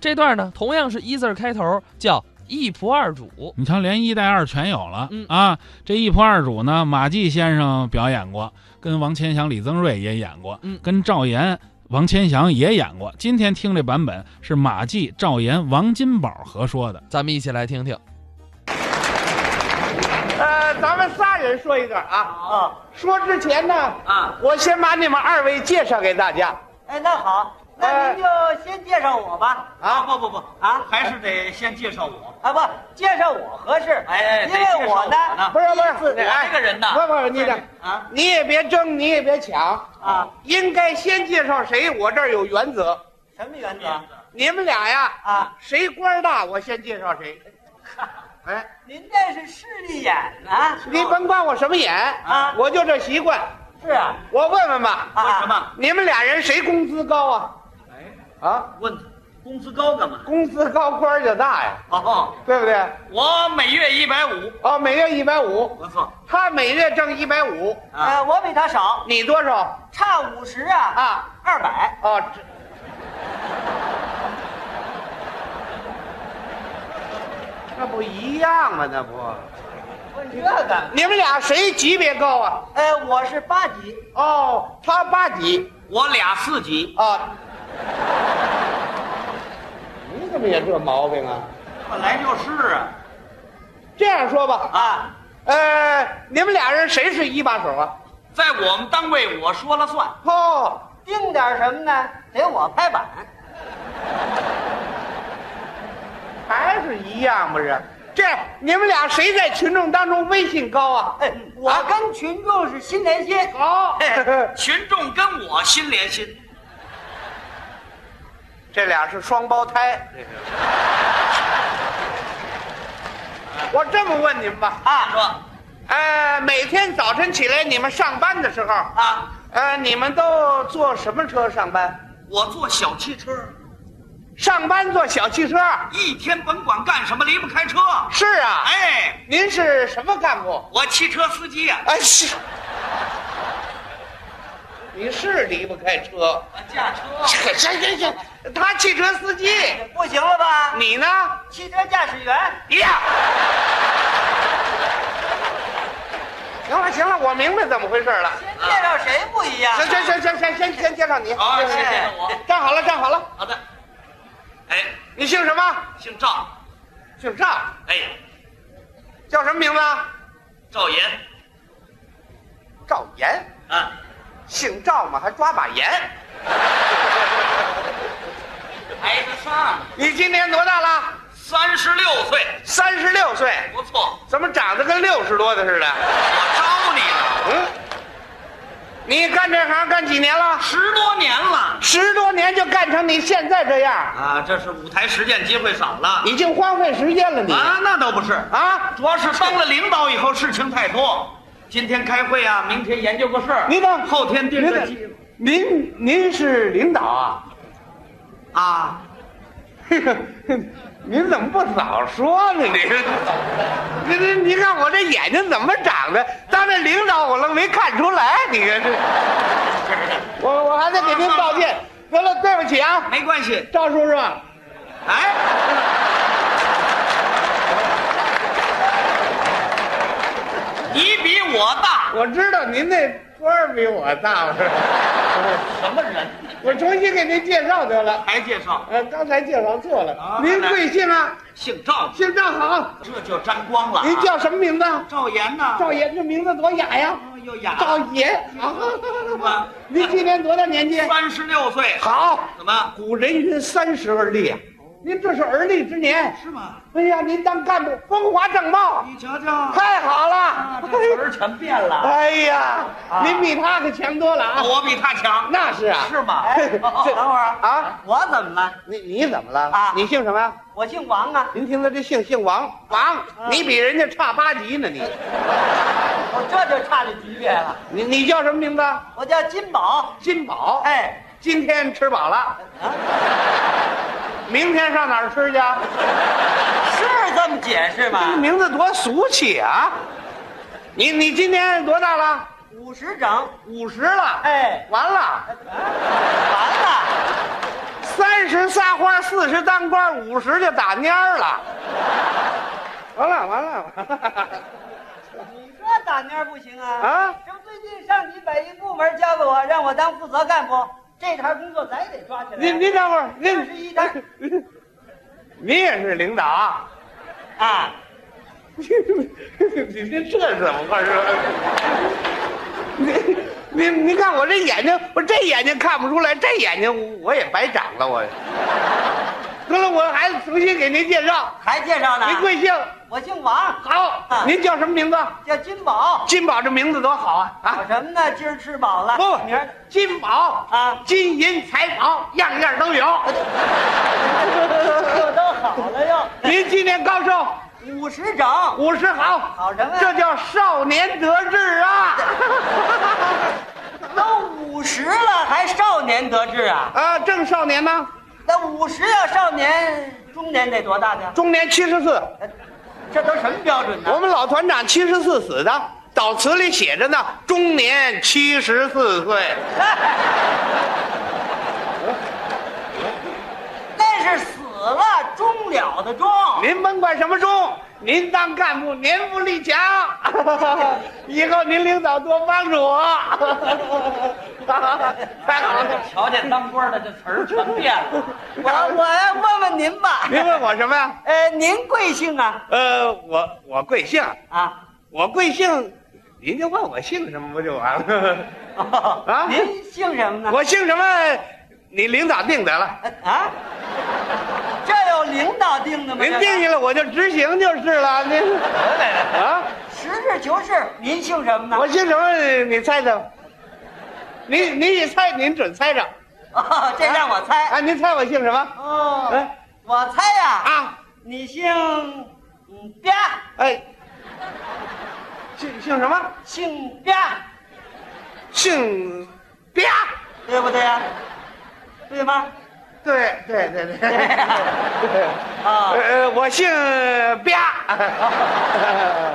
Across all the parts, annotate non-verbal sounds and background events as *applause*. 这段呢，同样是一字儿开头，叫一仆二主。你瞧，连一带二全有了、嗯啊！这一仆二主呢，马季先生表演过，跟王千祥、李增瑞也演过，嗯跟赵岩、王千祥也演过。今天听这版本是马季、赵岩、王金宝合说的。咱们一起来听听。呃，咱们仨人说一段啊啊！说之前呢啊，我先把你们二位介绍给大家。哎，那好，那您就先介绍我吧。啊，不不不，啊，还是得先介绍我。啊，不，介绍我合适。哎，因为我呢，不是不是，第一次哎我这个人呢不不，你的啊你也别争，你也别抢，啊，应该先介绍谁，我这儿有原则。什么原则？你们俩呀，啊，谁官儿大，我先介绍 *laughs* 谁。哎，您这是势利眼呢。你甭管我什么眼啊我就这习惯。是啊？我问问吧，为什么？你们俩人谁工资高啊？哎，啊，问他工资高干嘛？工资高官儿就大呀，哦，对不对？我每月一百五，哦，每月一百五，不错。他每月挣一百五，呃，我比他少，你多少差五十啊，啊？二百。哦，这那不一样吗？那不，问这个？你们俩谁级别高啊？呃，我是八级，哦，他八级我俩四级，啊。你怎么也这毛病啊？本来就是啊。这样说吧，啊，呃，你们俩人谁是一把手啊？在我们单位我说了算。哦，定点什么呢？给我拍板。哎还是一样不是？这样，你们俩谁在群众当中威信高啊？哎，我跟群众是心连心。好、 *laughs* 哎 *laughs* 群众跟我心连心。这俩是双胞胎。这是。我这么问你们吧，啊，说呃，每天早晨起来你们上班的时候，啊，呃，你们都坐什么车上班？我坐小汽车，上班坐小汽车？一天甭管干什么离不开车。是啊。哎，您是什么干部？我汽车司机呀、哎，是。你是离不开车。我驾车。行行行，他汽车司机，不行了吧？你呢？汽车驾驶员，呀。行了行了，我明白怎么回事了。先介绍谁不一样哎行行行行行，先先介绍你。啊好哎先介绍我。站好了，站好了。好的。哎，你姓什么？姓赵。姓赵，哎，叫什么名字？赵岩。赵岩，啊，姓赵嘛，还抓把盐。挨得哎上。你今年多大了？三十六岁，三十六岁，不错。怎么长得跟六十多的似的？我招你了，嗯，你干这行干几年了？十多年了。十多年就干成你现在这样，啊，这是舞台实践机会少了。已经荒废时间了你。啊，那倒不是，啊，主要是当了领导以后事情太多。今天开会啊，明天研究个事儿，您呢？后天定您个的计您您是领导啊？ *laughs* 啊。您怎么不早说呢？ *laughs* 您，您您看我这眼睛怎么长的？当着领导我愣没看出来，你看这，我我还得给您道歉。得了，对不起啊，没关系，赵叔啊叔，哎，你比我大，我知道您那官儿比我大， *laughs* 什么人？我重新给您介绍得了。还介绍，呃，刚才介绍错了啊。您贵姓啊？姓赵，姓赵好。这就沾光了啊。您叫什么名字？赵岩呐，赵爷，这名字多雅呀！哦又雅，赵爷吧 *laughs* 啊，您今年多大年纪？三十六岁，好，怎么？古人云三十而立，啊您这是而立之年。是吗？哎呀，您当干部风华正茂，你瞧瞧，太好啊了这！词儿全变了。哎呀，您比他可强多了啊！我比他强，那是啊，是吗？哎哦哦这等会儿啊，我怎么了？你你怎么了？啊你姓什么呀？我姓王啊！您听他这姓姓王，王，你比人家差八级呢，你我这就差这级别了。你你叫什么名字？我叫金宝，金宝。哎，今天吃饱了，明天上哪儿吃去啊？是这么解释吗这？个名字多俗气啊！你你今年多大了？五十整，五十了，哎，完了，完了，三十撒欢，四十当官，五十就打蔫儿了。完了完了完了！你这打蔫儿不行啊！啊这不最近上级把一部门交给我，让我当负责干部，这摊工作咱也得抓起来。您您等会儿，二十一您单 *laughs* 您也是领导啊？啊，你这这怎么回事？您您您看我这眼睛，我这眼睛看不出来，这眼睛我也白长了，我。得了，我还重新给您介绍，还介绍呢？您贵姓？我姓王，啊好，您叫什么名字？叫金宝。金宝这名字多好啊！啊搞，什么呢？今儿吃饱了。不，你你看看金宝啊金银财宝样样都有。这都好了您今年高寿？又，五十整。五十好。好什么呀这叫少年得志啊！都五十了，还少年得志啊？啊，正少年呢，那五十要少年，中年得多大呢？中年七十四。呃这都什么标准我呢？们老团长七十四死的，悼词里写着呢，终年七十四岁。那是死了，终了的终。您甭管什么钟，您当干部年富力强，以后您领导多帮助我。太好了，瞧见当官的这词儿全变了。我我要问问您吧，您问我什么呀？呃，您贵姓啊？呃，我我贵姓，啊，我贵姓，您就问我姓什么不就完了？啊哦您姓什么 *laughs* 呢？我姓什么，你领导定得 *laughs* 了，呃啊，这有领导定的吗？您定下下。来我就执行就是了。您啊，实事求是，您姓什么呢？我姓什么，你猜猜吧。您您一猜，您准猜着。哦， *laughs* 这让我猜。啊，您猜我姓什么？哦哎，我猜呀，啊，你姓嗯吧，哎，姓姓什么？姓吧，姓啪。对不对呀？对吗？对对对对。 *laughs* 啊 *laughs* 呃，我姓啪。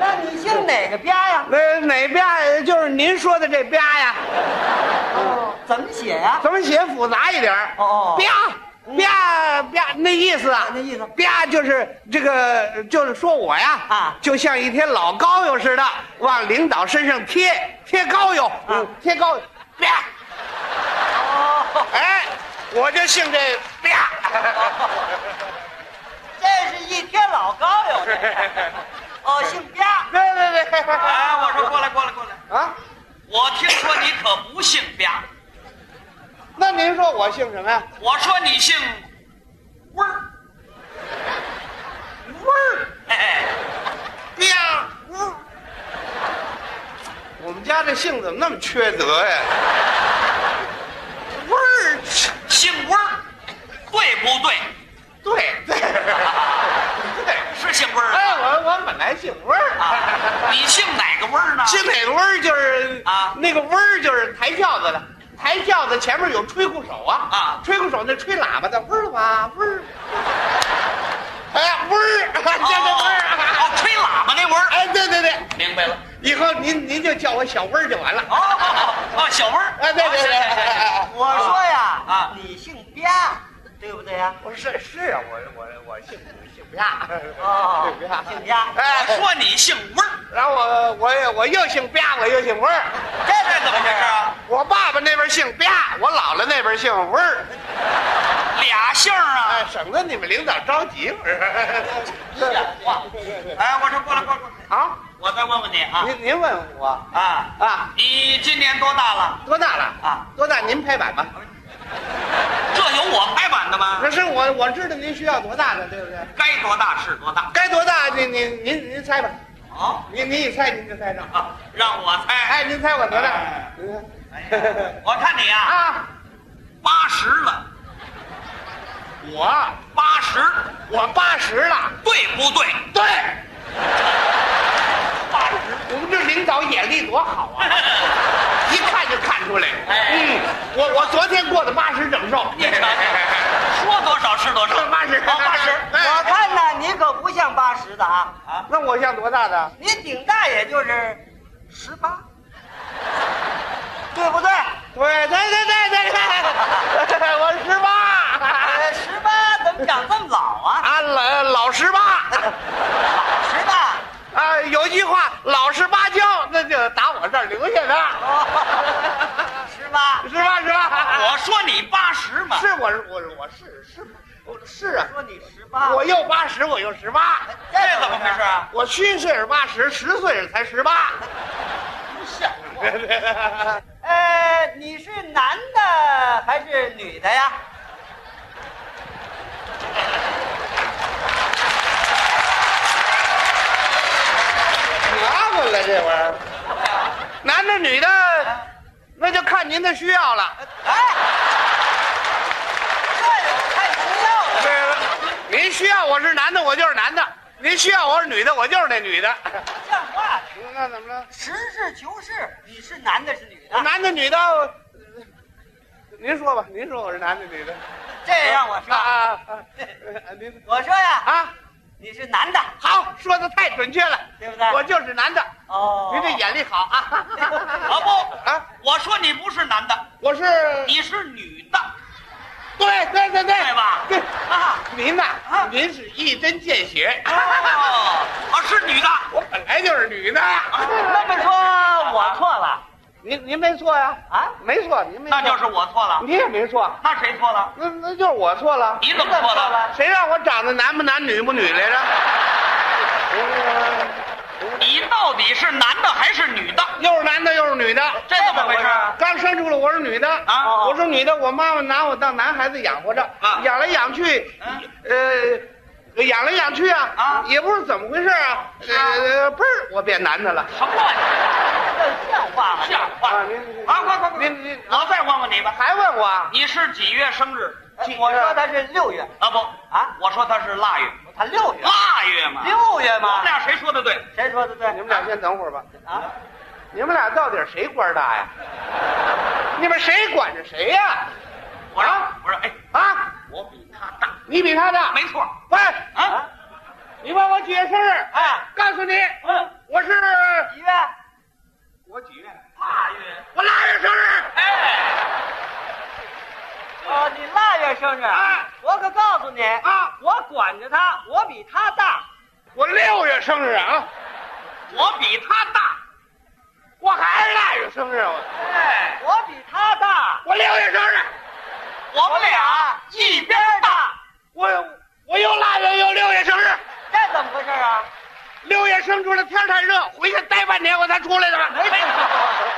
那你姓哪个吧呀？那呃哪啪？就是您说的这啪呀？哦，怎么写呀？怎么写复杂一点儿？哦哦啪啪啪，那意思啊，那意思啪就是这个，就是说我呀，啊就像一天老膏药似的，往领导身上贴贴膏啊药，嗯，贴膏药，啪，哦，哎，我就姓这 *laughs* 啪，这是一天老高有这。 *laughs* 哦，姓吧。对对对，哎，我说过来过来过来，啊，我听说你可不姓吧？那您说我姓什么呀？我说你姓温儿，味儿哎，啪，嗯我们家这姓怎么那么缺德呀？味儿，姓温儿，对不对？对对。对是姓温儿哎，我我本来姓温儿啊？你姓哪个温儿呢？姓哪个温儿就是啊那个温儿就是抬轿子的，抬轿子前面有吹鼓手啊啊吹鼓手那吹喇叭的嗡儿哇嗡儿，哎嗡儿， *laughs* 这哦个嗡儿，哦，吹喇叭那温儿。哎对对对，明白了。以后您您就叫我小温儿就完了哦，哦哦，小温儿。哎对对对，哦行行行行哎我说呀，啊你姓吧，对不对呀？我是是啊，我我我姓姓啪， *laughs* 哦姓啪，姓吧哎我说你姓温儿，然后我我也我又姓啪，我又姓温儿。这这怎么回事啊？我爸爸那边姓啪，我姥姥那边姓温儿，俩姓儿啊？哎，省得你们领导着急不是？哇！哎，我说过来过来过来，啊，我再问问你啊您您问我啊。啊，你今年多大了？多大了啊？多大？您拍板吧。这有我拍板的吗可？是我我知道您需要多大的，对不对？该多大是多大。该多大？您您您您猜吧，好、您您一猜您就猜着。啊，让我猜。哎，您猜我多大哎？您猜我看你呀、啊，八十了，我八十，我八十了。对不对？对， *laughs* 八十。我们这领导眼力多好啊！一看就看出来。哎嗯，我我昨天过的八十整寿。你瞧瞧，说多少是多少。 *laughs* 八十，哦八十。我我看呐，你可不像八十的啊，那我像多大的？你顶大也就是十八，对不对？ *laughs* 对对对对对，我十八。长这么老啊？啊，老老十八，是吧？啊，有句话老十八教，那就打我这儿留下的，哦，是吧？是吧？是吧？我说你八十嘛，是我是我是我是是我是啊，说你十八，我又八十，我又十八，这这怎么回事？啊？我虚岁是八十，实岁是才十 *laughs* 八。呃，你是男的还是女的呀？麻烦了，这玩意儿，男的女的，那就看您的需要了。哎，这也太重要了。您需要我是男的，我就是男的；您需要我是女的，我就是那女的。像话，那怎么了？实事求是，你是男的，是女的，男的女的，呃 *laughs* 您说吧，您说我是男的女的。这让我说，啊啊！啊 *laughs* 您我说呀，啊，你是男的，好，说的太准确了，对不对我就是男的。哦您这眼力好啊！啊不啊，我说你不是男的，我是你是女的，对对对对对吧对，啊，您呐，您是一针见血。哦，啊是女的， *laughs* 我本来就是女的。啊那么说我错了您您没错呀、啊？没错，您没错，那就是我错了，你也没错，那谁错了？那那就是我错了。你怎么错了？谁让我长得男不男女不女来着？哦你到底是男的还是女的？又是男的又是女的，这怎么回事啊？刚生出来我是女的啊我是女的，我妈妈拿我当男孩子养活着，啊嗯养来养去，呃，养来养去啊，啊也不知道怎么回事啊，呃，嘣儿我变男的了。什么乱七这像话吗？像话？啊您您啊，快快快！您您我再问问你吧，还问我啊？你是几月生日？哎我说他是六月，啊不啊我说他是腊月，他六月，腊月嘛。六月我嘛们，俩谁说的对？谁说的对？你们俩先等会儿吧。啊，你们俩到底谁官大呀？你们谁管着谁呀、我说我说哎，啊？我比他大，你比他大。没错喂，啊。你问我几月生日？哎，告诉你，嗯我是几月？我几月？腊月，我腊月生日。哎，哦，你腊月生日啊？我可告诉你啊，我管着他，我比他大。我六月生日啊！我比他大，我还是腊月生日，我哎，我比他大，我六月生日，我们俩一边大，我我又腊月又六月生日，这怎么回事啊？六月生出来天太热，回去待半年我才出来的。没听说过，